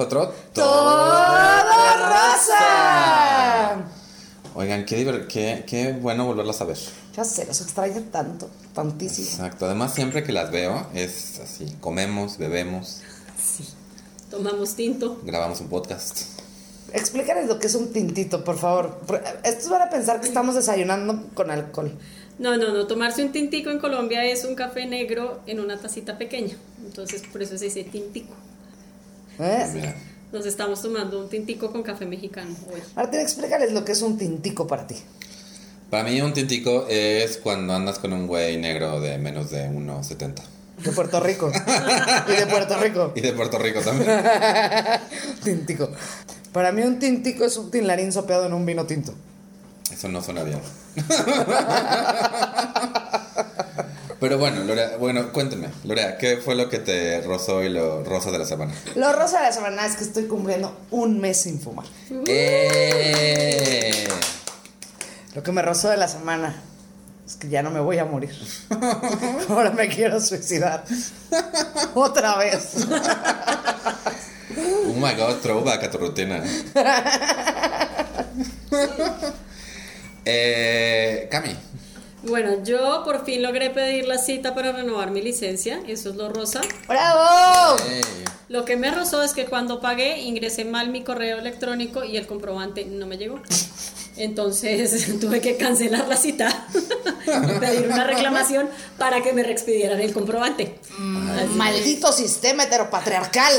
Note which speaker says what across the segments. Speaker 1: otro.
Speaker 2: ¡Todo rosa!
Speaker 1: Oigan, qué, diver- qué, qué bueno volverlas a ver.
Speaker 2: Ya sé, los extraño tanto, tantísimo.
Speaker 1: Exacto. Además, siempre que las veo es así. Comemos, bebemos,
Speaker 3: Tomamos tinto.
Speaker 1: grabamos un podcast.
Speaker 2: Explícales lo que es un tintito, por favor. Por- Estos van a pensar que estamos desayunando con alcohol.
Speaker 3: No, no, no. Tomarse un tintico en Colombia es un café negro en una tacita pequeña. Entonces, por eso se dice tintico.
Speaker 2: ¿Eh?
Speaker 1: Mira,
Speaker 3: Nos estamos tomando un tintico con café mexicano hoy.
Speaker 2: Martín, explícales lo que es un tintico para ti.
Speaker 1: Para mí un tintico es cuando andas con un güey negro de menos de 1.70.
Speaker 2: De Puerto Rico. y de Puerto Rico.
Speaker 1: Y de Puerto Rico también.
Speaker 2: Tintico. Para mí un tintico es un tinlarín sopeado en un vino tinto.
Speaker 1: Eso no suena bien. Pero bueno, Lorea, bueno, cuéntame, Lorea, ¿qué fue lo que te rozó y lo rosa de la semana?
Speaker 2: Lo rosa de la semana es que estoy cumpliendo un mes sin fumar.
Speaker 1: ¡Eh!
Speaker 2: Lo que me rozó de la semana es que ya no me voy a morir. Ahora me quiero suicidar. Otra vez.
Speaker 1: Oh my god, throwback a tu rutina. Eh, Cami,
Speaker 3: Bueno, yo por fin logré pedir la cita para renovar mi licencia. Eso es lo rosa.
Speaker 2: ¡Bravo!
Speaker 1: Ey,
Speaker 3: Lo que me rozó es que cuando pagué ingresé mal mi correo electrónico y el comprobante no me llegó. Entonces tuve que cancelar la cita y pedir una reclamación para que me reexpidieran el comprobante.
Speaker 2: Maldito sistema heteropatriarcal.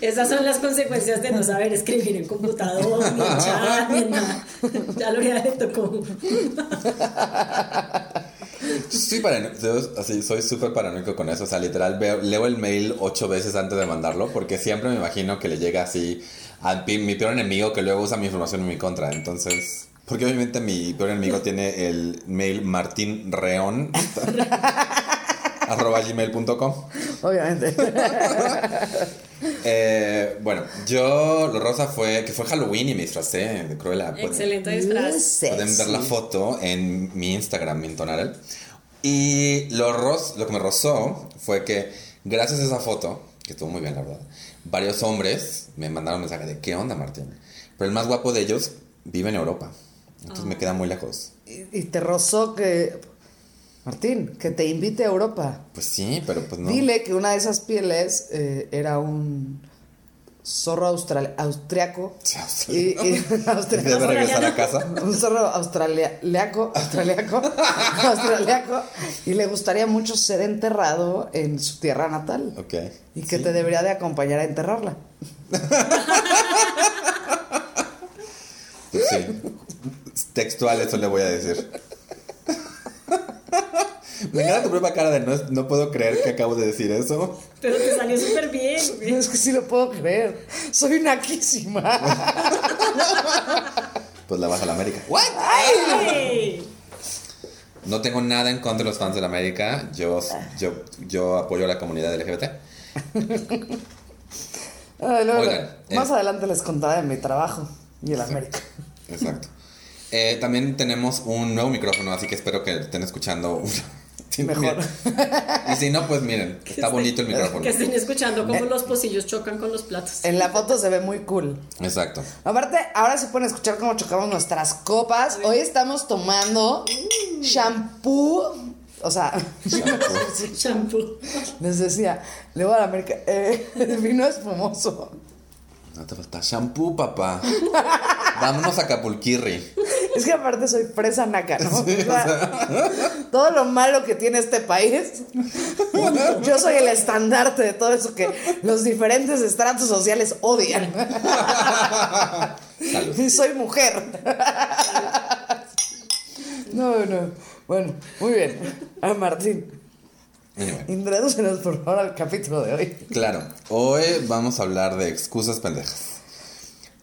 Speaker 3: Esas son las consecuencias de no saber escribir en computador, ni en chat, ni en nada. Ya lo ya le tocó.
Speaker 1: yo soy paranoico, yo así, soy súper paranoico con eso, o sea, literal, veo- leo el mail ocho veces antes de mandarlo, porque siempre me imagino que le llega así a pi- mi peor enemigo que luego usa mi información en mi contra, entonces... Porque obviamente mi peor enemigo tiene el mail martinreón arroba gmail.com
Speaker 2: Obviamente.
Speaker 1: Eh, bueno, yo lo rosa fue que fue Halloween y me disfracé de Cruella. Pueden-
Speaker 3: Excelente disfraz.
Speaker 1: Pueden ver la foto en mi Instagram, Mintonarel. Y lo, ros- lo que me rozó fue que gracias a esa foto, que estuvo muy bien la verdad, varios hombres me mandaron mensajes de ¿qué onda Martín? Pero el más guapo de ellos vive en Europa. Entonces me queda muy lejos.
Speaker 2: Y, y te rozó que. Martín, que te invite a Europa.
Speaker 1: Pues sí, pero pues no.
Speaker 2: Dile que una de esas pieles eh, era un zorro austral- austriaco.
Speaker 1: Sí, austriaco.
Speaker 2: Y, y- austriaco.
Speaker 1: Debe regresar a casa.
Speaker 2: Un zorro australiaco, australiaco, australiaco, y le gustaría mucho ser enterrado en su tierra natal.
Speaker 1: Ok.
Speaker 2: Y que te debería de acompañar a enterrarla.
Speaker 1: Pues sí. Textual, eso le voy a decir. Me encanta tu propia cara de no, no puedo creer que acabo de decir eso.
Speaker 3: Pero te salió súper bien.
Speaker 2: No, es que sí lo puedo creer. Soy naquísima.
Speaker 1: Pues la vas a la América. ¿What?
Speaker 3: Ay.
Speaker 1: No tengo nada en contra de los fans de la América. Yo, yo, yo apoyo a la comunidad LGBT.
Speaker 2: Ay, luego-
Speaker 1: Oigan,
Speaker 2: más
Speaker 1: eh.
Speaker 2: adelante les contaré de mi trabajo y el América.
Speaker 1: Exacto. Eh, también tenemos un nuevo micrófono, así que espero que estén escuchando. Sí,
Speaker 2: Mejor.
Speaker 1: miren. Y si no, pues miren, está bonito el micrófono.
Speaker 3: Que estén escuchando cómo los pocillos chocan con los platos.
Speaker 2: En la foto se ve muy cool.
Speaker 1: Exacto.
Speaker 2: Aparte, ahora se pueden escuchar cómo chocamos nuestras copas. Hoy estamos tomando
Speaker 1: Uh.
Speaker 2: shampoo. O sea,
Speaker 3: Shampoo.
Speaker 2: les decía, le voy a la América. eh, el vino espumoso.
Speaker 1: No te falta shampoo, papá. Vámonos a Acapulquirri.
Speaker 2: Es que aparte soy presa naca, ¿no? O sea, todo lo malo que tiene este país, yo soy el estandarte de todo eso que los diferentes estratos sociales odian.
Speaker 1: Salud.
Speaker 2: Y soy mujer. No, no. Bueno, muy bien. A Martín,
Speaker 1: Anyway.
Speaker 2: introdúcenos por favor al capítulo de hoy.
Speaker 1: Claro, hoy vamos a hablar de excusas pendejas.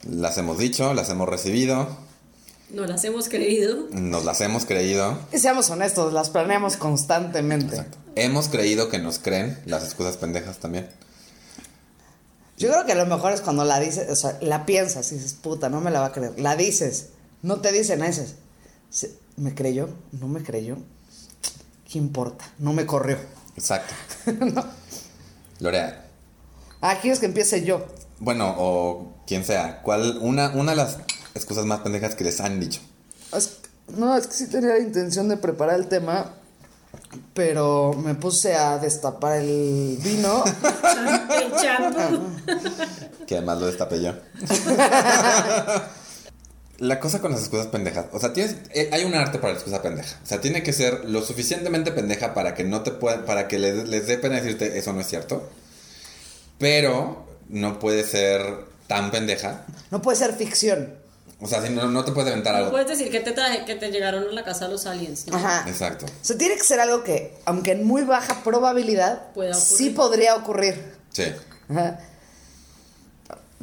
Speaker 1: Las hemos dicho, las hemos recibido,
Speaker 3: No las hemos creído.
Speaker 1: nos las hemos creído.
Speaker 2: Y seamos honestos, las planeamos constantemente.
Speaker 1: Hemos creído que nos creen las excusas pendejas también.
Speaker 2: Yo creo que lo mejor es cuando la dices, o sea, la piensas y dices, puta, no me la va a creer. La dices, no te dicen, dices, "Se- ¿me creyó? ¿No me creyó? ¿Qué importa? No me corrió.
Speaker 1: Exacto. Lorea,
Speaker 2: Ah, ¿quieres que empiece yo?
Speaker 1: Bueno, o quien sea, ¿cuál, una, una de las excusas más pendejas que les han dicho?
Speaker 2: Es- no, es que sí tenía la intención de preparar el tema, pero me puse a destapar el vino.
Speaker 3: El champú.
Speaker 1: Que además lo destapé yo. La cosa con las excusas pendejas, o sea, tienes, eh, hay un arte para la excusa pendeja. O sea, tiene que ser lo suficientemente pendeja para que no te puedan, para que les, les dé pena decirte eso no es cierto. Pero no puede ser tan pendeja.
Speaker 2: No puede ser ficción.
Speaker 1: O sea, si no, no te puedes aventar
Speaker 3: No
Speaker 1: algo.
Speaker 3: puedes decir que te, traje- que te llegaron a la casa los aliens. ¿no?
Speaker 2: Ajá.
Speaker 1: Exacto.
Speaker 2: O sea, tiene que ser algo que, aunque en muy baja probabilidad,
Speaker 3: Pueda ocurrir.
Speaker 2: sí podría ocurrir.
Speaker 1: Sí.
Speaker 2: Ajá.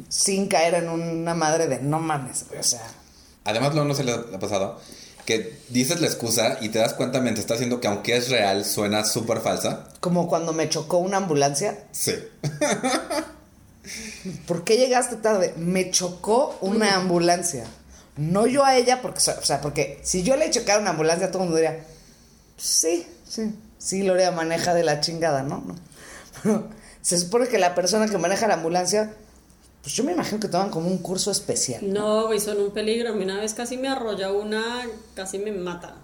Speaker 2: Sin caer en una madre de no mames, güey, o sea.
Speaker 1: Además, luego no se le ha pasado que dices la excusa y te das cuenta mientras estás haciendo que aunque es real, suena súper falsa.
Speaker 2: Como cuando me chocó una ambulancia.
Speaker 1: Sí.
Speaker 2: ¿Por qué llegaste tarde? Me chocó una ambulancia. No yo a ella, porque, o sea, porque si yo le chocara una ambulancia, todo el mundo diría, sí, sí, sí, Lorea maneja de la chingada, ¿no? ¿no? Pero se supone que la persona que maneja la ambulancia, pues yo me imagino que toman como un curso especial.
Speaker 3: No, güey, son un peligro. A mí una vez casi me arrolla una, casi me mata.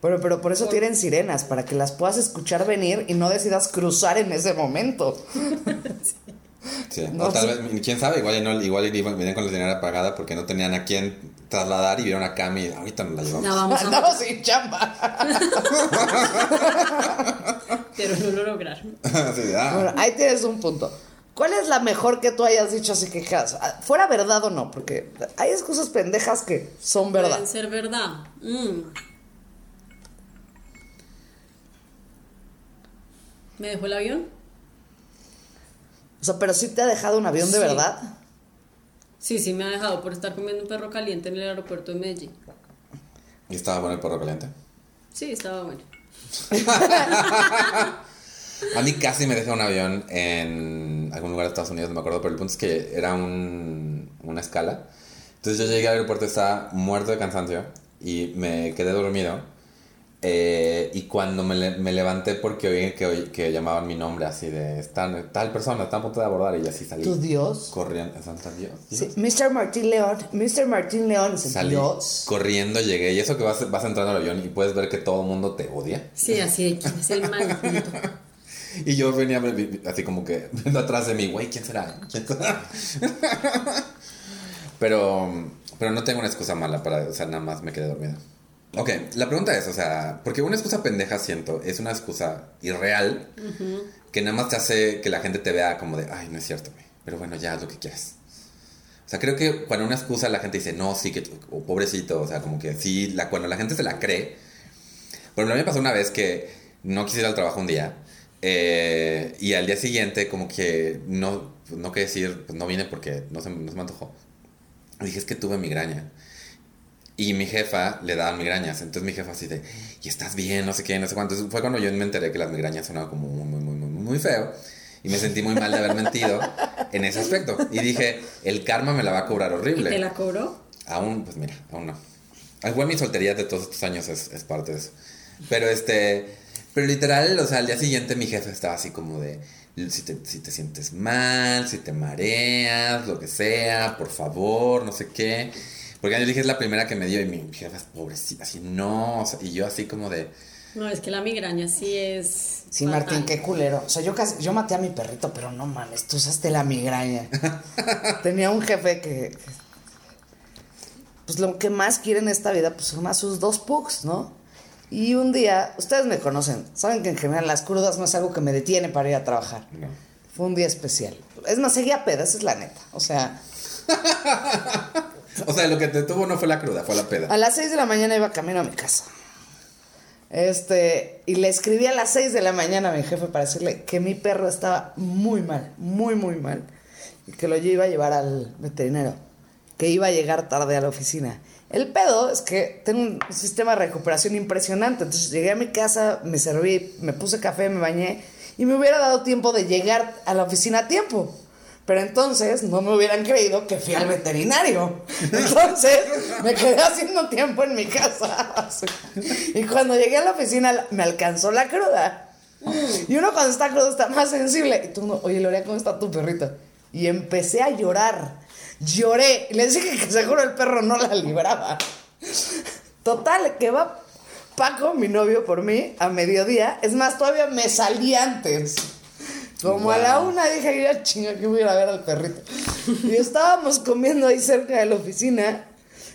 Speaker 2: Pero, pero por eso tienen sirenas, para que las puedas escuchar venir y no decidas cruzar en ese momento.
Speaker 1: Sí.
Speaker 2: No,
Speaker 1: o tal
Speaker 2: sí.
Speaker 1: vez, quién sabe, igual, y no, igual y iban- venían con la señora apagada porque no tenían a quién trasladar y vieron a Cami y ahorita nos la llevamos.
Speaker 3: La vamos a
Speaker 2: Andamos sin chamba.
Speaker 3: pero no lo lograron.
Speaker 1: Así de, ah.
Speaker 2: Bueno, ahí tienes un punto. ¿Cuál es la mejor que tú hayas dicho así que cas- ah, fuera verdad o no? Porque hay excusas pendejas que son verdad.
Speaker 3: Pueden ser verdad. Mm. ¿Me dejó el avión?
Speaker 2: O sea, pero sí te ha dejado un avión de
Speaker 3: Sí.
Speaker 2: verdad.
Speaker 3: Sí, sí, me ha dejado por estar comiendo un perro caliente en el aeropuerto de Medellín.
Speaker 1: Y estaba bueno el perro caliente.
Speaker 3: Sí, estaba bueno.
Speaker 1: A mí casi me deja un avión en algún lugar de Estados Unidos, no me acuerdo, pero el punto es que era un- una escala. Entonces yo llegué al aeropuerto, estaba muerto de cansancio y me quedé dormido. Eh, y cuando me, le- me levanté porque oí que, oí- que llamaban mi nombre así de "Están- tal persona, está a punto de abordar y así salí.
Speaker 2: Tu Dios.
Speaker 1: Corriendo, santo Dios.
Speaker 2: Sí, Mr. Martín León. Mr. Martín León es el
Speaker 1: Salí
Speaker 2: Dios.
Speaker 1: corriendo, llegué. Y eso que vas, vas entrando al avión y puedes ver que todo el mundo te odia.
Speaker 3: Sí, así de quién es el mal. punto.
Speaker 1: Y yo venía vi- vi- así como que viendo atrás de mí, güey, ¿quién será? ¿Quién será? pero, pero no tengo una excusa mala para, o sea, nada más me quedé dormido. Ok, la pregunta es, o sea, porque una excusa pendeja siento es una excusa irreal que nada más te hace que la gente te vea como de, ay, no es cierto, güey, pero bueno, ya haz lo que quieras. O sea, creo que cuando una excusa la gente dice, no, sí, que o pobrecito, o sea, como que sí, la, cuando la gente se la cree. Por ejemplo, a mí me pasó una vez que no quise ir al trabajo un día eh, y al día siguiente como que no, no qué decir, pues no vine porque no se, no se me antojó. Y dije, es que tuve migraña. Y mi jefa le daba migrañas. Entonces mi jefa así de, y estás bien, no sé qué, no sé cuánto. Entonces, fue cuando yo me enteré que las migrañas sonaban como muy, muy, muy, muy, muy feo. Y me sentí muy mal de haber mentido en ese aspecto. Y dije, el karma me la va a cobrar
Speaker 3: ¿Y
Speaker 1: horrible.
Speaker 3: te la cobró?
Speaker 1: Aún, pues mira, aún no. Igual mi soltería de todos estos años es, es parte de eso. Pero este, pero literal, o sea, al día siguiente mi jefe estaba así como de, si te, si te sientes mal, si te mareas, lo que sea, por favor, no sé qué. Porque yo dije, es la primera que me dio y mi jefa es pobrecita, así, no, o sea, y yo así como de,
Speaker 3: No, es que la migraña sí es.
Speaker 2: Sí,
Speaker 3: fatal.
Speaker 2: Martín, qué culero. O sea, yo casi, yo maté a mi perrito, pero no mames, tú usaste la migraña. Tenía un jefe que. Pues lo que más quiere en esta vida, pues son más sus dos pugs, ¿no? Y un día, ustedes me conocen, saben que en general las crudas no es algo que me detiene para ir a trabajar.
Speaker 1: no.
Speaker 2: Fue un día especial. Es más, seguía peda, esa es la neta. O sea,
Speaker 1: O sea, lo que te tuvo no fue la cruda, fue la
Speaker 2: a
Speaker 1: peda.
Speaker 2: las 6 de la mañana iba camino a mi casa. Este, y le escribí a las 6 de la mañana a mi jefe para decirle que mi perro estaba muy mal, muy, muy mal. Y que lo yo iba a llevar al veterinario. Que iba a llegar tarde a la oficina. El pedo es que tengo un sistema de recuperación impresionante. Entonces llegué a mi casa, me serví, me puse café, me bañé. Y me hubiera dado tiempo de llegar a la oficina a tiempo. Pero entonces no me hubieran creído que fui al veterinario. Entonces me quedé haciendo tiempo en mi casa. Y cuando llegué a la oficina me alcanzó la cruda. Y uno cuando está crudo está más sensible. Y tú, no, oye, Lorea, ¿cómo está tu perrito? Y empecé a llorar. Lloré. Y les dije que seguro el perro no la libraba. Total, que va Paco, mi novio, por mí, a mediodía. Es más, todavía me salí antes. Como a la
Speaker 1: Wow.
Speaker 2: una dije, ya chinga, que voy a ir a ver al perrito. Y estábamos comiendo ahí cerca de la oficina.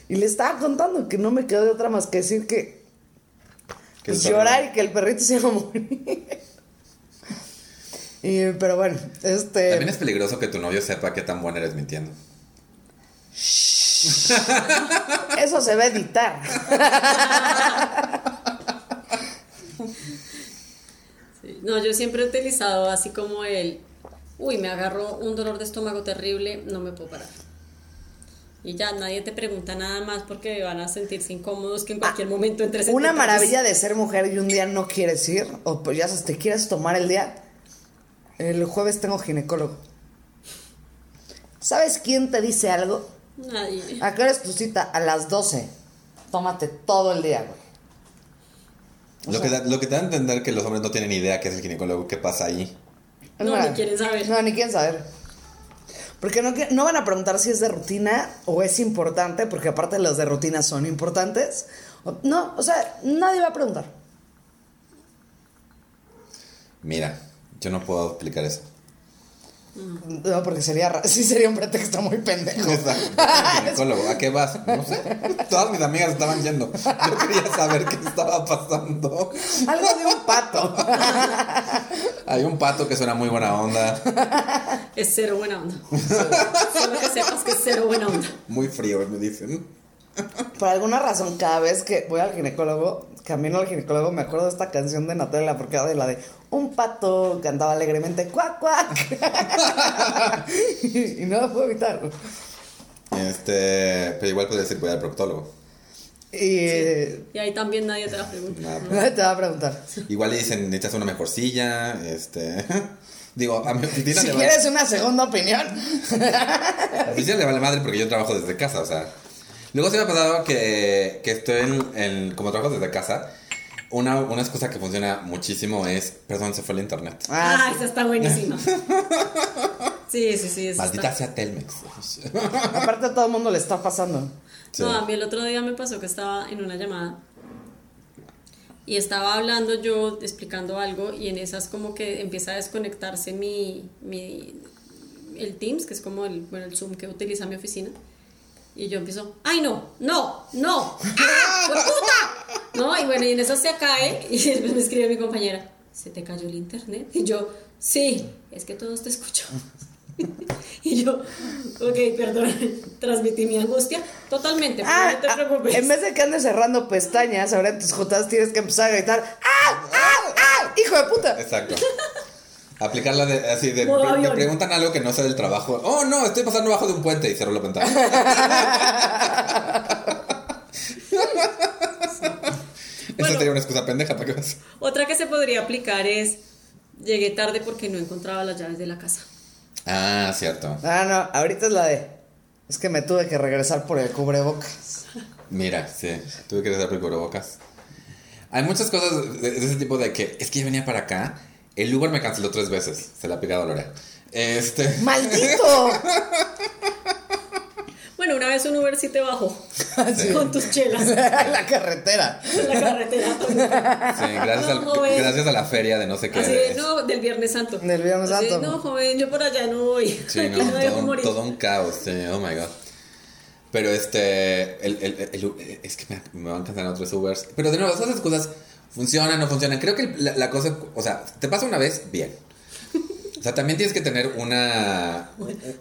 Speaker 2: Y le estaba contando que no me quedó de otra más que decir que
Speaker 1: Que
Speaker 2: pues,
Speaker 1: el perro-
Speaker 2: llorar y que el perrito se iba a morir. Y, pero bueno, este.
Speaker 1: También es peligroso que tu novio sepa qué tan buena eres mintiendo.
Speaker 2: Eso se va a editar.
Speaker 3: Sí. No, yo siempre he utilizado así como el, uy, me agarró un dolor de estómago terrible, no me puedo parar. Y ya nadie te pregunta nada más porque van a sentirse incómodos que en cualquier momento entres en
Speaker 2: Ah, Una
Speaker 3: detalles.
Speaker 2: maravilla de ser mujer y un día no quieres ir, o pues ya sabes, te quieres tomar el día. El jueves tengo ginecólogo. ¿Sabes quién te dice algo?
Speaker 3: Nadie.
Speaker 2: ¿A qué hora es tu cita? A las 12. Tómate todo el día, güey.
Speaker 1: Lo que, da, lo que te da a entender que los hombres no tienen idea qué es el ginecólogo, qué pasa ahí.
Speaker 2: Es
Speaker 3: No,
Speaker 2: una-
Speaker 3: ni quieren saber.
Speaker 2: No, ni quieren saber. Porque no, que- no van a preguntar si es de rutina o es importante, porque aparte los de rutina son importantes. O- No, o sea, nadie va a preguntar.
Speaker 1: Mira, yo no puedo explicar eso.
Speaker 2: No, porque sería, ra- sí sería un pretexto muy pendejo.
Speaker 1: Exacto. Ginecólogo, ¿a qué vas? No sé. Todas mis amigas estaban yendo. Yo quería saber qué estaba pasando.
Speaker 2: Algo de un pato.
Speaker 1: Hay un pato que suena muy buena onda,
Speaker 3: Es cero buena onda. Solo que sepas que es cero buena onda.
Speaker 1: muy frío, me dicen.
Speaker 2: Por alguna razón, cada vez que voy al ginecólogo, camino al ginecólogo, me acuerdo de esta canción de Natalia Lafourcade, de la de un pato cantaba alegremente cuac cuac. y, y no lo puedo evitar.
Speaker 1: Este, pero igual podría decir voy al proctólogo.
Speaker 2: Y
Speaker 3: Y ahí también nadie te la pregunta.
Speaker 1: Nada. pues.
Speaker 2: nadie te va a preguntar.
Speaker 1: Igual le dicen, necesitas una mejor silla, este... Digo, a mi oficina,
Speaker 2: Si
Speaker 1: le,
Speaker 2: quieres una segunda opinión,
Speaker 1: va, a mi oficina le vale madre porque yo trabajo desde casa, o sea... Luego se me ha pasado que, que estoy en, en- Como trabajo desde casa, una, una excusa que funciona muchísimo es... Perdón, se fue el internet.
Speaker 3: Ah,
Speaker 2: ah,
Speaker 3: esa está buenísima. Sí, sí, sí. esa
Speaker 1: Maldita
Speaker 3: está-
Speaker 1: sea Telmex.
Speaker 2: aparte a todo el mundo le está pasando.
Speaker 1: Sí.
Speaker 3: No, a mí el otro día me pasó que estaba en una llamada y estaba hablando yo, explicando algo, y en esas como que empieza a desconectarse mi, mi el Teams, que es como el, bueno, el Zoom que utiliza mi oficina. Y yo empiezo, ¡ay no! ¡No! ¡No! ¡Ah! ¡Puta! No, y bueno, y en eso se cae, y después me escribe mi compañera, ¿se te cayó el internet? Y yo, sí, es que todos te escuchamos. Y yo, ok, perdón, transmití mi angustia totalmente, pero
Speaker 2: Ah,
Speaker 3: no te
Speaker 2: ah,
Speaker 3: preocupes.
Speaker 2: en vez de que andes cerrando pestañas, ahora en tus jotas tienes que empezar a gritar ¡Ah! ¡Ah! ¡Ah! ¡Hijo de puta!
Speaker 1: Exacto. Aplicarla de, así de...
Speaker 3: Modo
Speaker 1: Te
Speaker 3: avión.
Speaker 1: preguntan algo que no sea del trabajo. Oh, no, estoy pasando bajo de un puente y cerró la ventana. Esa
Speaker 3: Bueno.
Speaker 1: sería una excusa pendeja para que vas.
Speaker 3: Otra que se podría aplicar es, llegué tarde porque no encontraba las llaves de la casa.
Speaker 1: Ah, cierto.
Speaker 2: Ah, no, ahorita es la de. Es que me tuve que regresar por el cubrebocas.
Speaker 1: Mira, sí, tuve que regresar por el cubrebocas. Hay muchas cosas de, de ese tipo de que es que yo venía para acá, el Uber me canceló tres veces, se la ha pegado Lorea. Este,
Speaker 2: ¡Maldito!
Speaker 3: Bueno, una vez un Uber sí te bajó
Speaker 2: Así,
Speaker 3: con tus chelas en
Speaker 2: la carretera.
Speaker 3: la carretera.
Speaker 1: sí, gracias, al-
Speaker 3: No, joven.
Speaker 1: gracias a la feria de no sé qué.
Speaker 3: Así de, no, del Viernes Santo.
Speaker 2: Del Viernes
Speaker 3: Así de,
Speaker 2: Santo.
Speaker 3: no, joven, yo por allá no voy.
Speaker 1: Sí, no,
Speaker 3: Yo me dejo
Speaker 1: todo, un,
Speaker 3: morir.
Speaker 1: todo un caos, sí, oh my god. Pero este, el, el- el- es que me, me van a cancelar otros Ubers. Pero de nuevo, esas excusas funcionan, no funcionan. Creo que el- la, la cosa, o sea, te pasa una vez, bien. O sea, también tienes que tener una,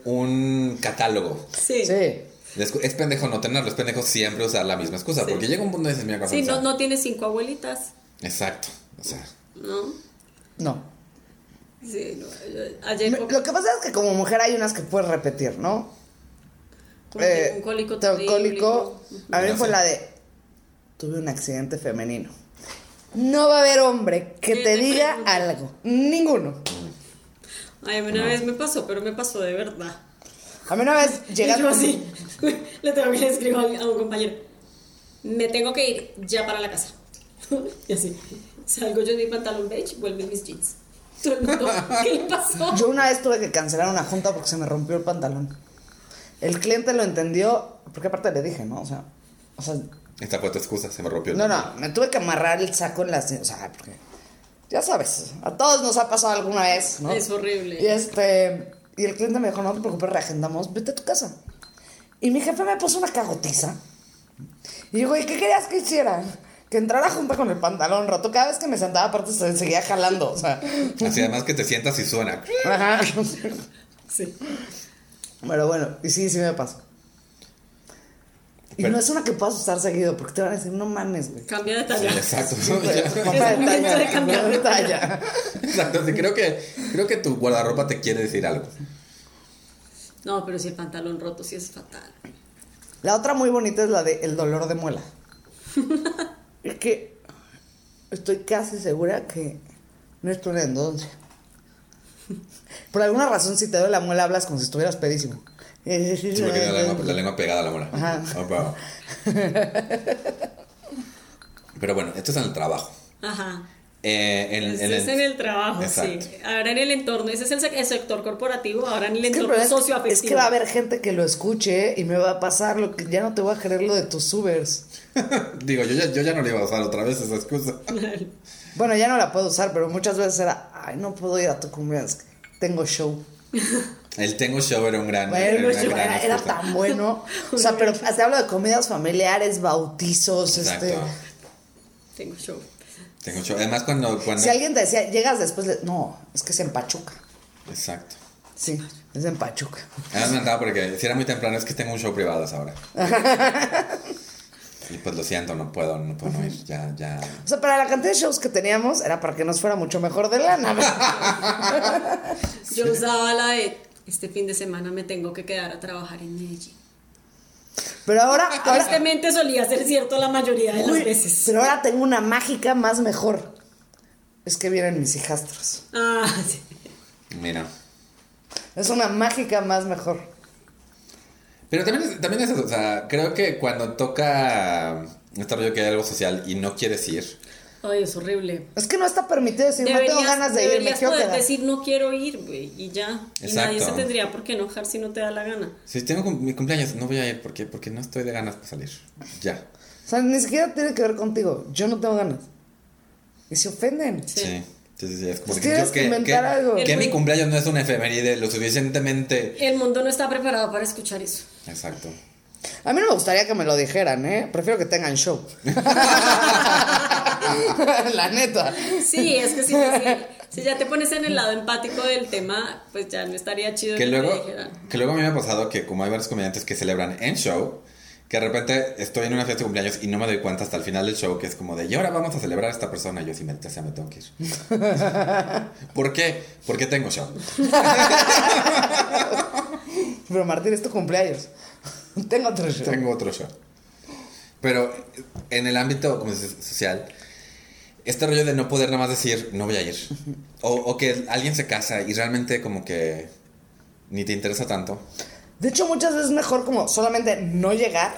Speaker 1: un catálogo.
Speaker 3: Sí. Sí,
Speaker 2: Sí.
Speaker 1: de excu- Es pendejo no tenerlo, es pendejo siempre usar la misma excusa.
Speaker 3: Sí.
Speaker 1: Porque llega un punto donde dices, mira, Rafa, o sea,
Speaker 3: no, no tienes cinco abuelitas,
Speaker 1: Exacto, o sea,
Speaker 3: ¿no?
Speaker 2: No.
Speaker 3: Sí, no, eh, ayer
Speaker 2: Me- Lo que pasa es que como mujer hay unas que puedes repetir, ¿no?
Speaker 3: como
Speaker 2: Eh,
Speaker 3: tengo un cólico
Speaker 2: tengo
Speaker 3: terrible,
Speaker 2: cólico. A mí
Speaker 1: Ya
Speaker 2: fue
Speaker 1: sé.
Speaker 2: la de. Tuve un accidente femenino. No va a haber hombre que
Speaker 3: Que
Speaker 2: te
Speaker 3: te
Speaker 2: diga
Speaker 3: pregunte.
Speaker 2: algo. Ninguno.
Speaker 3: Ay, a mí una vez me pasó, pero me pasó de verdad.
Speaker 2: A mí una vez
Speaker 3: Y yo
Speaker 2: llegaste.
Speaker 3: así, le tengo que escribir a un compañero, me tengo que ir ya para la casa. Y así, Salgo yo en mi pantalón beige, vuelven mis jeans. Todo el mundo, ¿Qué le pasó?
Speaker 2: Yo una vez tuve que cancelar una junta porque se me rompió el pantalón. El cliente lo entendió, porque aparte le dije, ¿no? O sea, o sea
Speaker 1: Esta fue tu excusa, se me rompió el
Speaker 2: no, no, me tuve que amarrar el saco en las... O sea, porque... Ya sabes, a todos nos ha pasado alguna vez, ¿no?
Speaker 3: Es horrible.
Speaker 2: Y este, y el cliente me dijo, no te preocupes, reagendamos, vete a tu casa. Y mi jefe me puso una cagotiza. Y digo, ¿y qué querías que hiciera? Que entrara junta con el pantalón roto. Cada vez que me sentaba, aparte, se seguía jalando. O sea,
Speaker 1: Así además que te sientas y suena.
Speaker 2: ajá.
Speaker 3: Sí.
Speaker 2: Pero bueno, y sí, sí me pasó. Y
Speaker 1: Pero-
Speaker 2: no es una que puedas usar seguido, porque te van a decir, no mames, güey.
Speaker 3: Cambia de
Speaker 1: Sí,
Speaker 3: talla.
Speaker 1: exacto.
Speaker 2: Papá
Speaker 3: Es momento de
Speaker 2: de talla,
Speaker 3: cambiar.
Speaker 2: de talla.
Speaker 1: Exacto, sí, creo que, creo que tu guardarropa te quiere decir algo.
Speaker 3: No, pero si el pantalón roto sí es fatal.
Speaker 2: La otra muy bonita es la de el dolor de muela. es que estoy casi segura que no es tu endodoncia. Por alguna razón, si te duele la muela, hablas como si estuvieras pedísimo.
Speaker 1: Sí, porque tiene la lengua, la lengua pegada a la mora.
Speaker 2: Ajá.
Speaker 1: Ah, pero- Pero bueno, esto es en el trabajo.
Speaker 3: Ajá.
Speaker 1: Eh, en,
Speaker 3: Ese
Speaker 1: en
Speaker 3: es en el trabajo,
Speaker 1: Exacto.
Speaker 3: sí. Ahora en el entorno, ese es el, sec- el sector corporativo, ahora en el
Speaker 2: Es que, el
Speaker 3: entorno
Speaker 2: problema es que-
Speaker 3: socioafectivo.
Speaker 2: es que va a haber gente que lo escuche y me va a pasar lo que ya no te voy a creer lo de tus Ubers.
Speaker 1: Digo, yo ya, yo ya no le iba a usar otra vez esa excusa.
Speaker 2: Bueno, ya no la puedo usar, pero muchas veces era, ay, no puedo ir a tu cumpleaños, es que tengo show.
Speaker 1: El tengo show era un gran.
Speaker 2: Bueno,
Speaker 1: era una
Speaker 2: yo-
Speaker 1: gran
Speaker 2: era, era
Speaker 1: excusa.
Speaker 2: tan bueno. O sea, pero te hablo de comidas familiares, bautizos,
Speaker 1: Exacto.
Speaker 2: este.
Speaker 3: Tengo show.
Speaker 1: Tengo show. Además, cuando. cuando
Speaker 2: Si alguien te decía, llegas después, le- no, es que es en Pachuca.
Speaker 1: Exacto.
Speaker 2: Sí, es en Pachuca.
Speaker 1: Además, me encantaba porque si era muy temprano, es que tengo un show privado a esa hora. y pues lo siento, no puedo, no puedo ir. Ya, ya.
Speaker 2: O sea, para la cantidad de shows que teníamos, era para que nos fuera mucho mejor de lana.
Speaker 3: Yo usaba la de este fin de semana me tengo que quedar a trabajar en Medellín.
Speaker 2: Pero ahora. ahora
Speaker 3: Tristemente solía ser cierto la mayoría de
Speaker 2: uy,
Speaker 3: las veces.
Speaker 2: pero ahora tengo una mágica más mejor. Es que vienen mis hijastros.
Speaker 3: Ah, sí.
Speaker 1: Mira.
Speaker 2: Es una mágica más mejor.
Speaker 1: Pero también es, también es eso, o sea, creo que cuando toca este rollo que hay algo social y no quieres ir,
Speaker 3: Ay, es horrible.
Speaker 2: Es que no está permitido decir, no tengo ganas de ir, me
Speaker 3: deberías
Speaker 2: quiero
Speaker 3: poder
Speaker 2: quedar.
Speaker 3: decir no quiero ir, güey, y ya. Y
Speaker 1: Exacto.
Speaker 3: nadie se tendría por qué enojar si no te da la gana.
Speaker 1: si tengo cum- mi cumpleaños, no voy a ir porque, porque no estoy de ganas para salir. Ya.
Speaker 2: O sea, ni siquiera tiene que ver contigo. Yo no tengo ganas. Y se ofenden.
Speaker 3: Sí.
Speaker 1: Sí. Entonces, sí, es como
Speaker 2: Pues
Speaker 1: que,
Speaker 2: tienes
Speaker 1: yo-
Speaker 2: que
Speaker 1: que,
Speaker 2: inventar
Speaker 1: que-
Speaker 2: algo.
Speaker 1: que
Speaker 3: El
Speaker 1: mi
Speaker 3: güey-
Speaker 1: cumpleaños no es una efeméride lo suficientemente.
Speaker 3: El mundo no está preparado para escuchar eso.
Speaker 1: Exacto.
Speaker 2: A mí no me gustaría que me lo dijeran, ¿eh? Prefiero que tengan show. La neta.
Speaker 3: Sí, es que si, si- si ya te pones en el lado empático del tema, pues ya no estaría chido
Speaker 1: Que
Speaker 3: te
Speaker 1: luego,
Speaker 3: dijeran.
Speaker 1: que luego a mí me ha pasado que como hay varios comediantes que celebran en show, que de repente estoy en una fiesta de cumpleaños y no me doy cuenta hasta el final del show que es como de, y ahora vamos a celebrar a esta persona. Y yo sí, me, ya sea, me tengo que ir. ¿Por qué? Porque tengo show.
Speaker 2: Pero Martín, es tu cumpleaños. Tengo otro show.
Speaker 1: Tengo otro show. Pero en el ámbito como dices, social, este rollo de no poder nada más decir, no voy a ir. O, o que alguien se casa y realmente como que ni te interesa tanto.
Speaker 2: De hecho, muchas veces es mejor como solamente no llegar.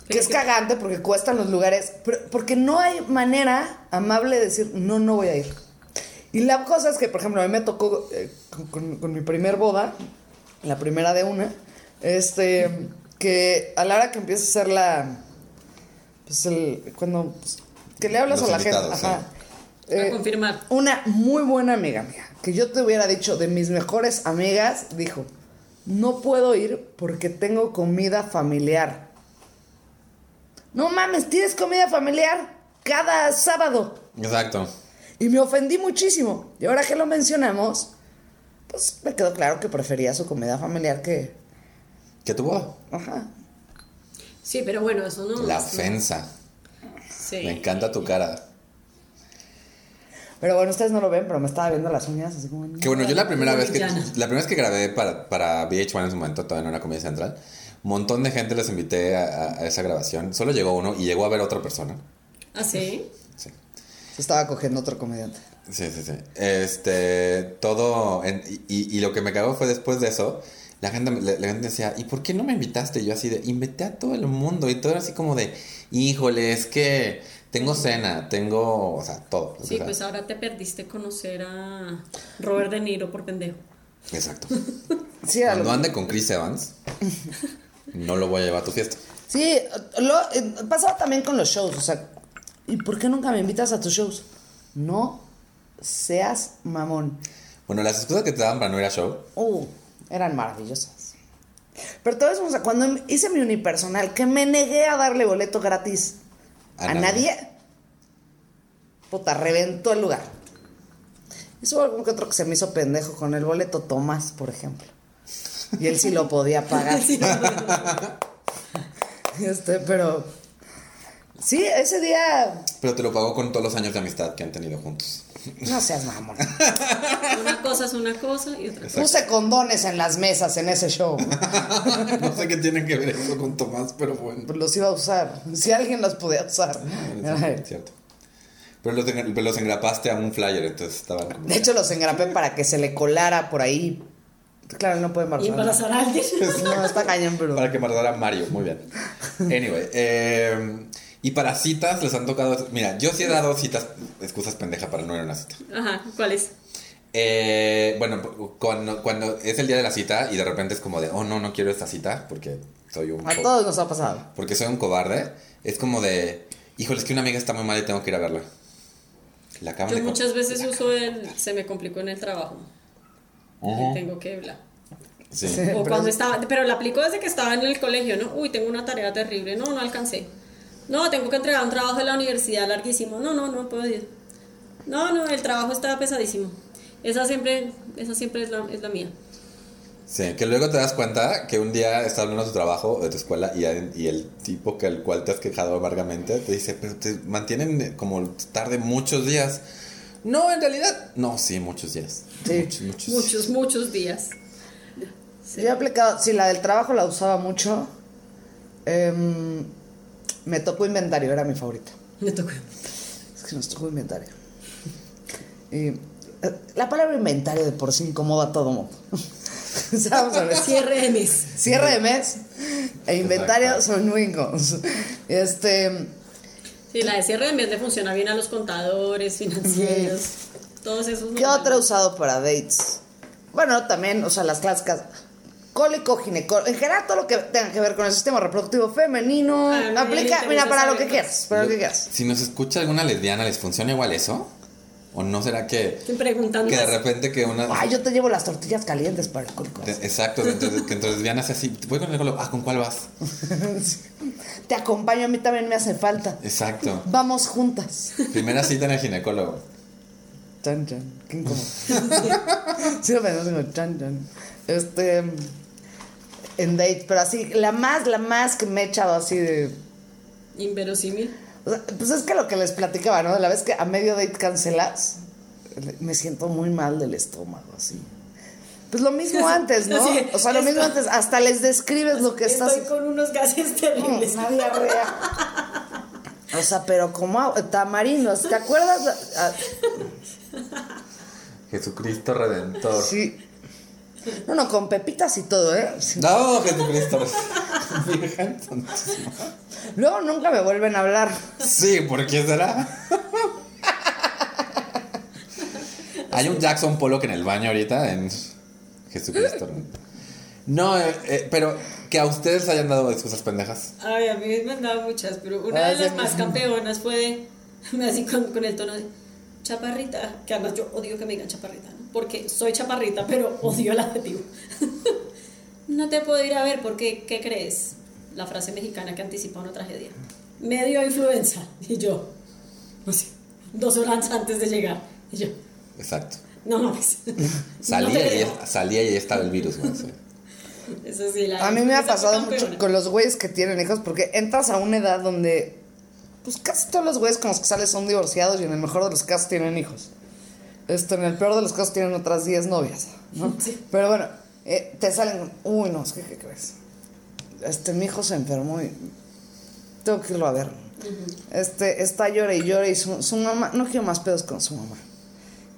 Speaker 2: Que
Speaker 3: Pero
Speaker 2: es
Speaker 3: que-
Speaker 2: cagante porque cuestan los lugares. Pero porque no hay manera amable de decir, no, no voy a ir. Y la cosa es que, por ejemplo, a mí me tocó eh, con, con- con mi primer boda, la primera de una, este, que a la hora que empieza a hacer la... Pues el... Cuando... pues, que le hablas
Speaker 1: Los
Speaker 2: a la gente.
Speaker 1: invitados,
Speaker 2: Ajá.
Speaker 3: A Ah,
Speaker 2: Eh,
Speaker 3: confirmar.
Speaker 2: una muy buena amiga mía, que yo te hubiera dicho de mis mejores amigas, dijo, no puedo ir porque tengo comida familiar. No mames, tienes comida familiar cada sábado.
Speaker 1: Exacto.
Speaker 2: Y me ofendí muchísimo. Y ahora que lo mencionamos, pues me quedó claro que prefería su comida familiar que...
Speaker 1: ¿Qué tuvo?
Speaker 2: Ajá.
Speaker 3: Sí, pero bueno, eso no.
Speaker 1: La
Speaker 3: no-
Speaker 1: ofensa.
Speaker 3: Sí.
Speaker 1: Me encanta tu cara.
Speaker 2: Pero bueno, ustedes no lo ven, pero me estaba viendo las uñas así como...
Speaker 1: Que bueno, yo la primera
Speaker 3: Muy
Speaker 1: vez que la
Speaker 3: villana.
Speaker 1: primera vez que grabé para, para VH1 en su momento, todavía no era Comedia Central, montón de gente les invité a, a- a esa grabación. Solo llegó uno y llegó a ver otra persona.
Speaker 3: ¿Ah, sí?
Speaker 1: Sí.
Speaker 2: Se estaba cogiendo otro comediante.
Speaker 1: Sí, sí, sí. Este, todo. en- y, y- y lo que me cagó fue después de eso. La gente, me- la, la gente decía, ¿y por qué no me invitaste? Y yo así de, invité a todo el mundo. Y todo era así como de, híjole, es que Tengo cena, tengo, o sea, todo.
Speaker 3: Sí,
Speaker 1: O sea,
Speaker 3: pues ahora te perdiste conocer a Robert De Niro por pendejo.
Speaker 1: Exacto.
Speaker 2: Sí, a
Speaker 1: Cuando
Speaker 2: lo-
Speaker 1: ande con Chris Evans, no lo voy a llevar a tu fiesta.
Speaker 2: sí, lo- eh, pasaba también con los shows, o sea, ¿y por qué nunca me invitas a tus shows? No seas mamón.
Speaker 1: Bueno, las excusas que te daban para no ir a show,
Speaker 2: Uh, eran maravillosas. Pero todo eso, o sea, cuando hice mi unipersonal, que me negué a darle boleto gratis
Speaker 1: A
Speaker 2: a,
Speaker 1: nadie.
Speaker 2: nadie. puta, reventó el lugar. Hizo algún que otro que se me hizo pendejo con el boleto Tomás, por ejemplo. Y él sí lo podía pagar.
Speaker 3: Sí,
Speaker 2: Este, pero. Sí, ese día.
Speaker 1: pero te lo pago con todos los años de amistad que han tenido juntos.
Speaker 2: No seas mamón.
Speaker 3: una cosa es una cosa y otra cosa.
Speaker 2: Puse condones en las mesas en ese show.
Speaker 1: no sé qué tiene que ver eso con Tomás, pero bueno.
Speaker 2: Pues los iba a usar. Si alguien los podía usar.
Speaker 1: Es cierto. Pero los, engra- pero los engrapaste a un flyer, entonces estaban como...
Speaker 2: De hecho, los engrapé para que se le colara por ahí. Claro, no puede
Speaker 3: Y
Speaker 2: embarazar.
Speaker 3: embarazar a alguien.
Speaker 2: No, está cañón, pero.
Speaker 1: Para que matara a Mario, muy bien. Anyway, eh, y para citas les han tocado... Mira, yo sí he dado citas, excusas pendeja para no ir a una cita.
Speaker 3: Ajá, ¿cuál es?
Speaker 1: Eh, bueno, cuando, cuando es el día de la cita y de repente es como de, oh no, no quiero esta cita porque soy un...
Speaker 2: A
Speaker 1: co-
Speaker 2: todos nos ha pasado.
Speaker 1: Porque soy un cobarde. Es como de, híjole, es que una amiga está muy mal y tengo que ir a verla. La acaban
Speaker 3: Yo
Speaker 1: de co-
Speaker 3: muchas veces uso el se me complicó en el trabajo.
Speaker 1: Ujú.
Speaker 3: Y tengo que hablar.
Speaker 1: Sí.
Speaker 2: Sí.
Speaker 3: O
Speaker 2: Pero-
Speaker 3: cuando estaba, pero la aplico desde que estaba en el colegio, ¿no? Uy, tengo una tarea terrible, no, no alcancé. No, tengo que entregar un trabajo de la universidad larguísimo. No, no, no puedo ir. No, no, el trabajo está pesadísimo. Esa siempre, esa siempre es la, es la mía.
Speaker 1: Sí, que luego te das cuenta que un día estás hablando de tu trabajo, de tu escuela, y, y el tipo que al cual te has quejado amargamente te dice, pero te mantienen eh, como tarde muchos días. No, en realidad, no, sí, muchos días.
Speaker 2: Sí.
Speaker 1: Muchos, muchos.
Speaker 3: Muchos, muchos días. Sí.
Speaker 2: Yo he aplicado. Sí, la del trabajo la usaba mucho. Em, me tocó inventario, era mi favorita.
Speaker 3: Me tocó.
Speaker 2: Es que nos tocó inventario. Y, eh, la palabra inventario de por sí incomoda a todo mundo. O sea, Vamos a ver.
Speaker 3: Cierre de mes.
Speaker 2: Cierre de mes e inventario
Speaker 1: Exacto.
Speaker 2: son wingos. Este.
Speaker 3: Sí, la de cierre de mes le funciona bien a los contadores, financieros, todos esos.
Speaker 2: ¿Qué
Speaker 3: normales.
Speaker 2: otra he usado para dates? Bueno, también, o sea, las clásicas. Cólico, ginecólogo. En general, todo lo que tenga que ver con el sistema reproductivo femenino.
Speaker 3: Ah, me
Speaker 2: aplica,
Speaker 3: interesa
Speaker 2: mira, para lo que
Speaker 3: saber
Speaker 2: quieras. Para lo que quieras.
Speaker 1: Si nos escucha alguna lesbiana, ¿les funciona igual eso? ¿O no será que,
Speaker 3: Te preguntan
Speaker 1: que de
Speaker 3: más.
Speaker 1: repente que una...
Speaker 2: Ay, yo te llevo las tortillas calientes para el cólico.
Speaker 1: Te- Exacto, que entonces, que entonces Diana hace así, voy con el reloj, ah, ¿con cuál vas?
Speaker 2: Te acompaño, a mí también me hace falta.
Speaker 1: Exacto.
Speaker 2: Vamos juntas.
Speaker 1: Primera cita en el ginecólogo.
Speaker 2: Chan, chan. Qué incómodo. sí, lo pensé, digo, chan, chan. Este. En date, pero así, la más, la más que me he echado así de.
Speaker 3: Inverosímil.
Speaker 2: O sea, pues es que lo que les platicaba, ¿no? La vez que a medio date cancelas, me siento muy mal del estómago, así. Pues lo mismo antes, ¿no?
Speaker 3: Así,
Speaker 2: o sea, lo mismo
Speaker 3: esto-
Speaker 2: antes, hasta les describes lo que estás.
Speaker 3: Estoy con unos gases
Speaker 2: Mm,
Speaker 3: terribles.
Speaker 2: una diarrea. O sea, pero como agua- tamarinos, ¿te acuerdas? Ah, la- a-
Speaker 1: Jesucristo Redentor.
Speaker 2: sí. No, no, con pepitas y todo, ¿eh? Sí.
Speaker 1: No, Jesucristo. Virgen Santísima.
Speaker 2: Luego nunca me vuelven a hablar.
Speaker 1: Sí, ¿por qué será? Hay un Jackson Pollock en el baño ahorita en Jesucristo. Redentor. No, eh, eh, pero que a ustedes hayan dado excusas pendejas.
Speaker 3: Ay, a mí me han dado muchas, pero una
Speaker 2: Ah,
Speaker 3: de
Speaker 2: sí,
Speaker 3: las
Speaker 2: me-
Speaker 3: más campeonas fue de, así con, con el tono de chaparrita, que además yo odio que me digan chaparrita, ¿no? porque soy chaparrita, pero odio el adjetivo. no te puedo ir a ver porque, ¿qué crees? La frase mexicana que anticipa una tragedia. Me dio influenza, y yo, no sé, dos horas antes de llegar, y yo,
Speaker 1: Exacto.
Speaker 3: no mames. no
Speaker 1: Salía,
Speaker 3: te
Speaker 1: y,
Speaker 3: creo.
Speaker 1: ya- salía y ya estaba el virus. güey, sí.
Speaker 3: Eso sí, la-
Speaker 2: A mí me ha
Speaker 3: esa fue
Speaker 2: pasado mucho
Speaker 3: campeona.
Speaker 2: con los güeyes que tienen hijos porque entras a una edad donde pues casi todos los güeyes con los que sales son divorciados y en el mejor de los casos tienen hijos. Esto, en el peor de los casos tienen otras 10 novias, ¿no? Pero bueno, eh, te salen, con, uy, no, es que, ¿qué crees? Este, mi hijo se enfermó y tengo que irlo a ver. Este, está llora y llora y su, su mamá, no quiero más pedos con su mamá.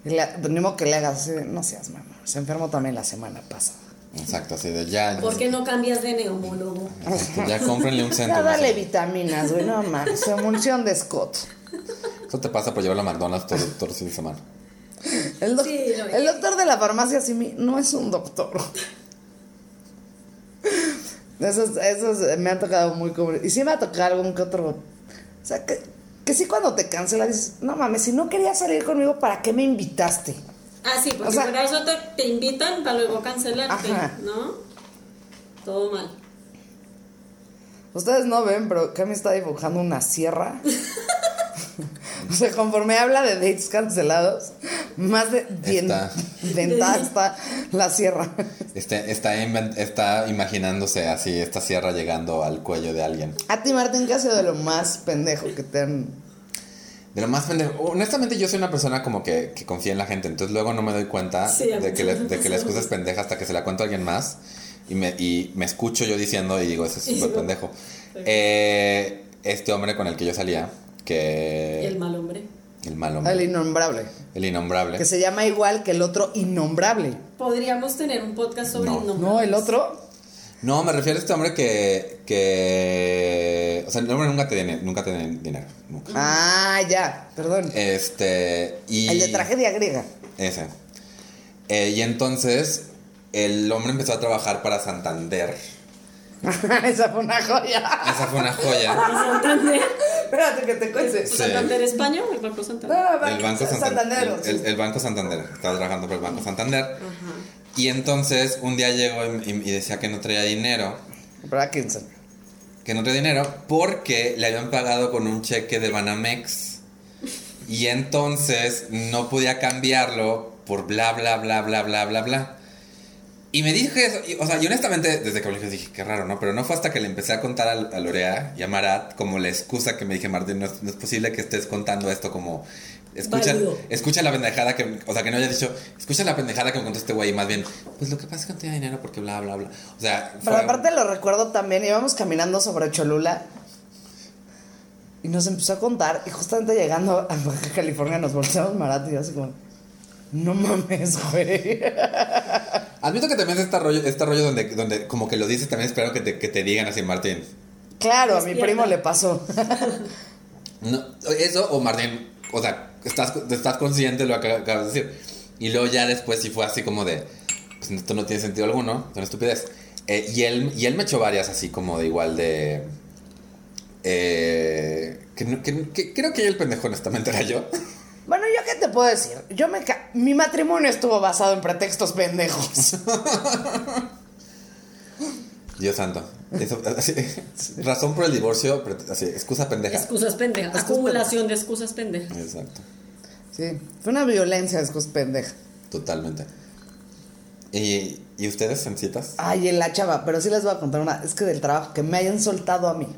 Speaker 2: Y le- ni modo que le hagas así, de, no seas mamá, se enfermó también la semana pasada.
Speaker 1: Exacto, así de ya.
Speaker 3: ¿Por qué no cambias de neumólogo?
Speaker 1: Exacto, ya cómprenle un centro.
Speaker 2: Ya dale vitaminas, güey, no mames. Emulsión de Scott.
Speaker 1: Esto te pasa por llevar a McDonald's todo, todo el fin de semana.
Speaker 2: El, doc-
Speaker 3: Sí, lo vi.
Speaker 2: el doctor de la farmacia sí me- no es un doctor. Esos, esos eh, me han tocado muy comunes. Y sí me ha tocado algún que otro. O sea, que, que sí cuando te cancela dices, no mames, si no querías salir conmigo, ¿para qué me invitaste?
Speaker 3: Ah, sí, porque
Speaker 2: O sea-
Speaker 3: para eso te, te invitan para luego cancelarte,
Speaker 2: Ajá.
Speaker 3: ¿no? Todo mal.
Speaker 2: Ustedes no ven, pero Cami está dibujando una sierra. o sea, conforme habla de dates cancelados, más de
Speaker 1: Está.
Speaker 2: dentada está la sierra.
Speaker 1: Este, está, inven- está imaginándose así esta sierra llegando al cuello de alguien.
Speaker 2: A ti, Martín, ¿qué ha sido de lo más pendejo que te han
Speaker 1: De lo más pendejo. Honestamente, yo soy una persona como que, que confía en la gente, entonces luego no me doy cuenta
Speaker 3: Sí, a mí
Speaker 1: de, que la,
Speaker 3: también
Speaker 1: de que la
Speaker 3: me pasa.
Speaker 1: excusa es pendeja hasta que se la cuento a alguien más y me, y me escucho yo diciendo y digo, ese es
Speaker 3: Y
Speaker 1: súper
Speaker 3: digo, "Pues".
Speaker 1: pendejo.
Speaker 3: sí.
Speaker 1: Eh, este hombre con el que yo salía, que.
Speaker 3: El mal hombre.
Speaker 1: el mal hombre.
Speaker 2: Ah, El
Speaker 1: El,
Speaker 2: innombrable.
Speaker 1: innombrable.
Speaker 2: Que se llama igual que el otro innombrable.
Speaker 3: Podríamos tener un podcast sobre
Speaker 1: No.
Speaker 3: innombrables.
Speaker 2: No, el otro.
Speaker 1: No, me refiero a este hombre que. que o sea, el hombre nunca te tiene, nunca te tiene dinero. Nunca.
Speaker 2: Ah, ya, perdón.
Speaker 1: Este. Y,
Speaker 2: El de tragedia griega.
Speaker 1: Ese. Eh, y entonces el hombre empezó a trabajar para Santander.
Speaker 2: Esa fue una joya.
Speaker 1: Esa fue una joya.
Speaker 3: Santander.
Speaker 2: Espérate que te cuentes.
Speaker 1: Sí.
Speaker 3: Santander España o el Banco
Speaker 2: Ah.
Speaker 3: Santander.
Speaker 1: El Banco Santander. El, el- el Banco Santander. Estaba trabajando para el Banco Santander. Y entonces un día llegó y, y- y decía que no traía dinero.
Speaker 2: Brackinson.
Speaker 1: Que no traía dinero porque le habían pagado con un cheque de Banamex. Y entonces no podía cambiarlo por bla, bla, bla, bla, bla, bla, bla. Y me dije eso. y, o sea, yo honestamente, desde que lo dije, dije, qué raro, ¿no? Pero no fue hasta que le empecé a contar a, a Lorea y a Marat como la excusa que me dije, Martín, no es, no es posible que estés contando esto como... Escucha,
Speaker 3: Válido.
Speaker 1: escucha la pendejada que... O sea, que no haya dicho, escucha la pendejada que me contó este güey. y Más bien, pues lo que pasa es que no tenía dinero porque bla, bla, bla. O sea...
Speaker 2: Pero
Speaker 1: fue-
Speaker 2: aparte lo recuerdo también, íbamos caminando sobre Cholula y nos empezó a contar y justamente llegando a Baja California nos volteamos Marat y yo así como, no mames, güey.
Speaker 1: Admito que también este rollo, este rollo donde, donde como que lo dices también espero que te, que te digan así, Martín.
Speaker 2: Claro, a mi
Speaker 3: Despierta.
Speaker 2: primo le pasó.
Speaker 1: No, eso o Martín, o sea, estás, estás consciente de lo que acabas de decir. Y luego ya después sí fue así como de, pues esto no tiene sentido alguno, es una estupidez. Eh, y, él, y él me echó varias así como de igual de... eh, que, no- que- que creo que el pendejo honestamente era yo.
Speaker 2: Bueno, ¿yo qué te puedo decir? Yo me ca- Mi matrimonio estuvo basado en pretextos pendejos.
Speaker 1: Dios santo. Eso- así, razón por el divorcio, pero así, excusa pendeja.
Speaker 3: Excusas pendejas.
Speaker 2: Excusas
Speaker 3: Acumulación de excusas pendejas.
Speaker 1: Exacto.
Speaker 2: Sí, fue una violencia de sus pendejas.
Speaker 1: Totalmente. ¿Y, y ustedes en citas?
Speaker 2: Ay, en la chava, pero sí les voy a contar una. Es que del trabajo, que me hayan soltado a mí.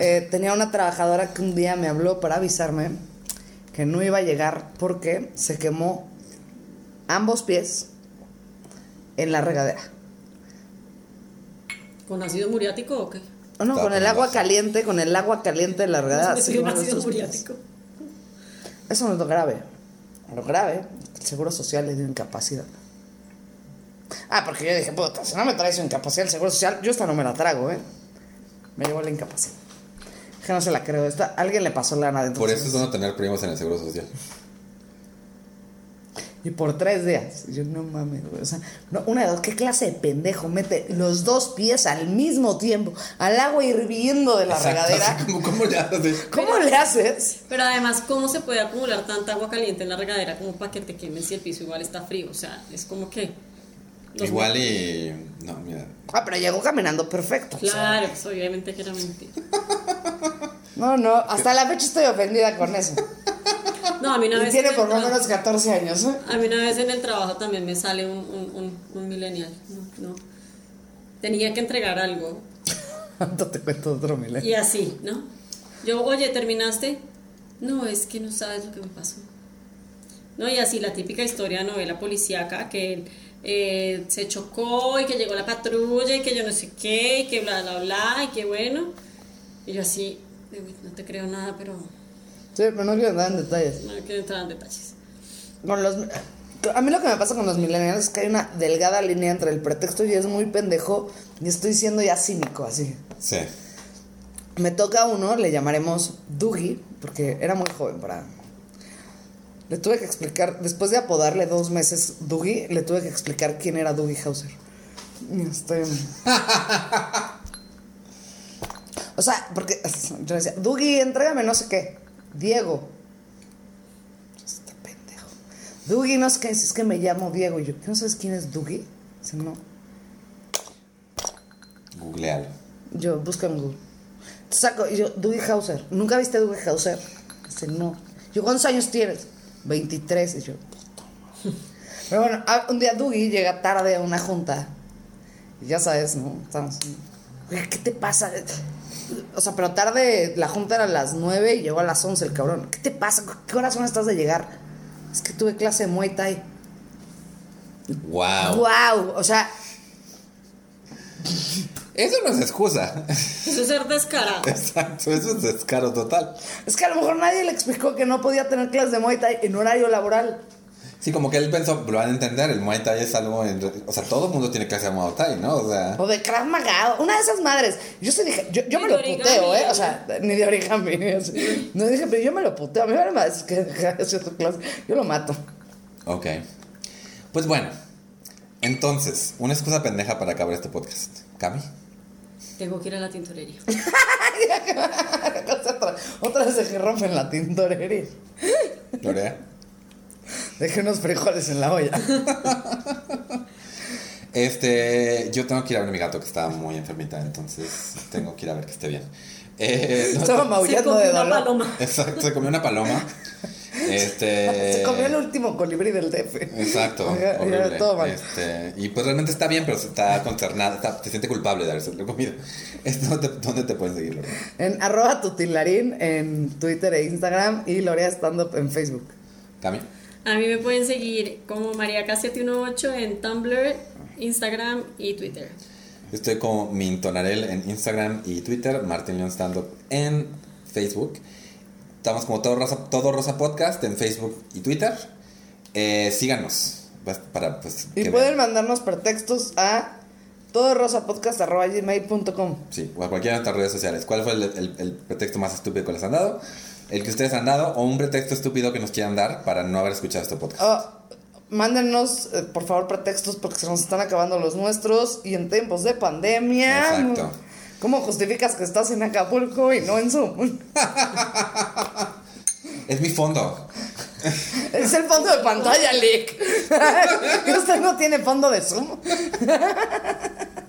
Speaker 2: Eh, tenía una trabajadora que un día me habló para avisarme que no iba a llegar porque se quemó ambos pies en la regadera.
Speaker 3: ¿Con ácido muriático o qué?
Speaker 2: Oh, No,
Speaker 1: Estaba
Speaker 2: con el
Speaker 1: poniendo
Speaker 2: agua
Speaker 1: así.
Speaker 2: caliente, con el agua caliente de la regadera.
Speaker 3: No sé
Speaker 2: se
Speaker 3: si es
Speaker 2: quemaron
Speaker 3: ácido
Speaker 2: sus pies.
Speaker 3: muriático.
Speaker 2: Eso no es lo grave. Lo grave, el seguro social es de incapacidad. Ah, porque yo dije, puta, si no me traes su incapacidad el seguro social, yo esta no me la trago, ¿eh? Me llevo la incapacidad. Que no se la creo. Esta, alguien le pasó lana de
Speaker 1: Por eso es bueno tener primos en el Seguro Social.
Speaker 2: Y por tres días. Y Yo no mames, güey. O sea, no, una de dos, ¿qué clase de pendejo mete los dos pies al mismo tiempo al agua hirviendo de la
Speaker 1: Exacto, así
Speaker 2: regadera?
Speaker 1: como- ¿Cómo le haces?
Speaker 2: ¿Cómo le haces?
Speaker 3: Pero además, ¿cómo se puede acumular tanta agua caliente en la regadera como para que te quemen si el piso igual está frío? O sea, es como que. los-
Speaker 1: Igual y... No, mira.
Speaker 2: Ah, pero llegó caminando perfecto. o sea.
Speaker 3: Claro, pues obviamente que era mentira.
Speaker 2: No, no, hasta la fecha estoy ofendida con eso.
Speaker 3: No, a mí una
Speaker 2: Y
Speaker 3: vez.
Speaker 2: tiene
Speaker 3: en el
Speaker 2: por lo
Speaker 3: tra-
Speaker 2: menos 14 años, ¿eh?
Speaker 3: A mí una vez en el trabajo también me sale un, un, un, un millennial. No, no. Tenía que entregar algo
Speaker 2: Ahorita te cuento otro milenio.
Speaker 3: y así, ¿no? Yo, oye, ¿terminaste? No, es que no sabes lo que me pasó. No, y así la típica historia novela policíaca que eh, se chocó y que llegó la patrulla y que yo no sé qué y que bla, bla, bla y que bueno. Y yo así, "Uy, no te creo nada, pero
Speaker 2: Sí, pero no quiero entrar en detalles.
Speaker 3: no quiero entrar en detalles.
Speaker 2: Con los, a mí lo que me pasa con los millennials es que hay una delgada línea entre el pretexto y es muy pendejo y estoy siendo ya cínico, así.
Speaker 1: Sí.
Speaker 2: Me toca uno, le llamaremos Dougie, porque era muy joven para... Le tuve que explicar, después de apodarle dos meses Dougie, le tuve que explicar quién era Dougie Hauser. Este... O sea, porque yo decía, Dougie, entrégame no sé qué. Diego. Este pendejo. Dougie, no sé qué, es que me llamo Diego. Y yo, ¿qué no sabes quién es Dougie? Dice, no.
Speaker 1: Googlealo.
Speaker 2: Yo, busca en Google. Te saco, y yo, Dougie Hauser. ¿Nunca viste a Dougie Hauser? Dice, no. Yo, ¿cuántos años tienes? 23. Y yo, puta madre. Pero bueno, a- un día Dougie llega tarde a una junta. Y ya sabes, ¿no? Estamos. "Güey, ¿Qué te pasa? O sea, pero tarde, la junta era a las 9 y llegó a las 11 el cabrón. ¿Qué te pasa? ¿Qué horas son estás de llegar? Es que tuve clase de Muay Thai.
Speaker 1: Wow.
Speaker 2: ¡Wow! O sea,
Speaker 1: Eso no es excusa.
Speaker 3: Eso es ser descarado.
Speaker 1: Exacto, eso es descaro total.
Speaker 2: es que a lo mejor nadie le explicó que no podía tener clase de Muay Thai en horario laboral.
Speaker 1: Sí, como que él pensó, lo van a entender, el Muay Thai es algo... en- o sea, todo el mundo tiene que hacer Muay Thai, ¿no? O sea...
Speaker 2: O de Krav Maga, una de esas madres. Yo sí dije, yo, yo me
Speaker 3: Ni
Speaker 2: lo
Speaker 3: de origami.
Speaker 2: puteo, ¿eh? O sea, ni de origami. así. No dije, pero yo me lo puteo. A mí me vale más que hacer su clase. Yo lo mato.
Speaker 1: Ok. Pues bueno. Entonces, una excusa pendeja para acabar este podcast. ¿Cami?
Speaker 3: Tengo que ir a la tintorería.
Speaker 2: otra, otra vez dejé romper en la tintorería.
Speaker 1: ¿Lorea?
Speaker 2: Dejé unos frijoles en la olla.
Speaker 1: Este, yo tengo que ir a ver a mi gato que está muy enfermita, entonces tengo que ir a ver que esté bien. Eh, no-
Speaker 2: Estaba
Speaker 3: Se
Speaker 2: maullando
Speaker 3: comió
Speaker 2: de
Speaker 3: una
Speaker 2: dolor.
Speaker 3: paloma.
Speaker 1: exacto, se comió una paloma. Este,
Speaker 2: Se comió el último colibrí del DF.
Speaker 1: Exacto,
Speaker 2: Ya- ya
Speaker 1: horrible.
Speaker 2: todo mal.
Speaker 1: Este, y pues realmente está bien, pero se está concernada, está- se siente culpable de haberse comido. Este, ¿dónde, ¿Dónde te pueden seguir, Lorea?
Speaker 2: En arroba tutilarín en Twitter e Instagram y Lorea Stand Up en Facebook.
Speaker 1: ¿Cami?
Speaker 3: A mí me pueden seguir como mariaca718 en Tumblr, Instagram y Twitter.
Speaker 1: Estoy como Mintonarel en Instagram y Twitter, Martín León Stand Up en Facebook. Estamos como Todo Rosa, Todo Rosa Podcast en Facebook y Twitter. Eh, síganos. pues, Para, pues,
Speaker 2: Y
Speaker 1: que
Speaker 2: pueden
Speaker 1: vean.
Speaker 2: mandarnos pretextos a todorosapodcast.gmail.com
Speaker 1: Sí, o a cualquiera de nuestras redes sociales. ¿Cuál fue el, el- el pretexto más estúpido que les han dado? El que ustedes han dado o un pretexto estúpido que nos quieran dar para no haber escuchado este podcast.
Speaker 2: Oh, mándenos, eh, por favor, pretextos porque se nos están acabando los nuestros y en tiempos de pandemia.
Speaker 1: Exacto.
Speaker 2: ¿Cómo justificas que estás en Acapulco y no en Zoom?
Speaker 1: Es mi fondo.
Speaker 2: Es el fondo de pantalla, Lick. Usted no tiene fondo de Zoom.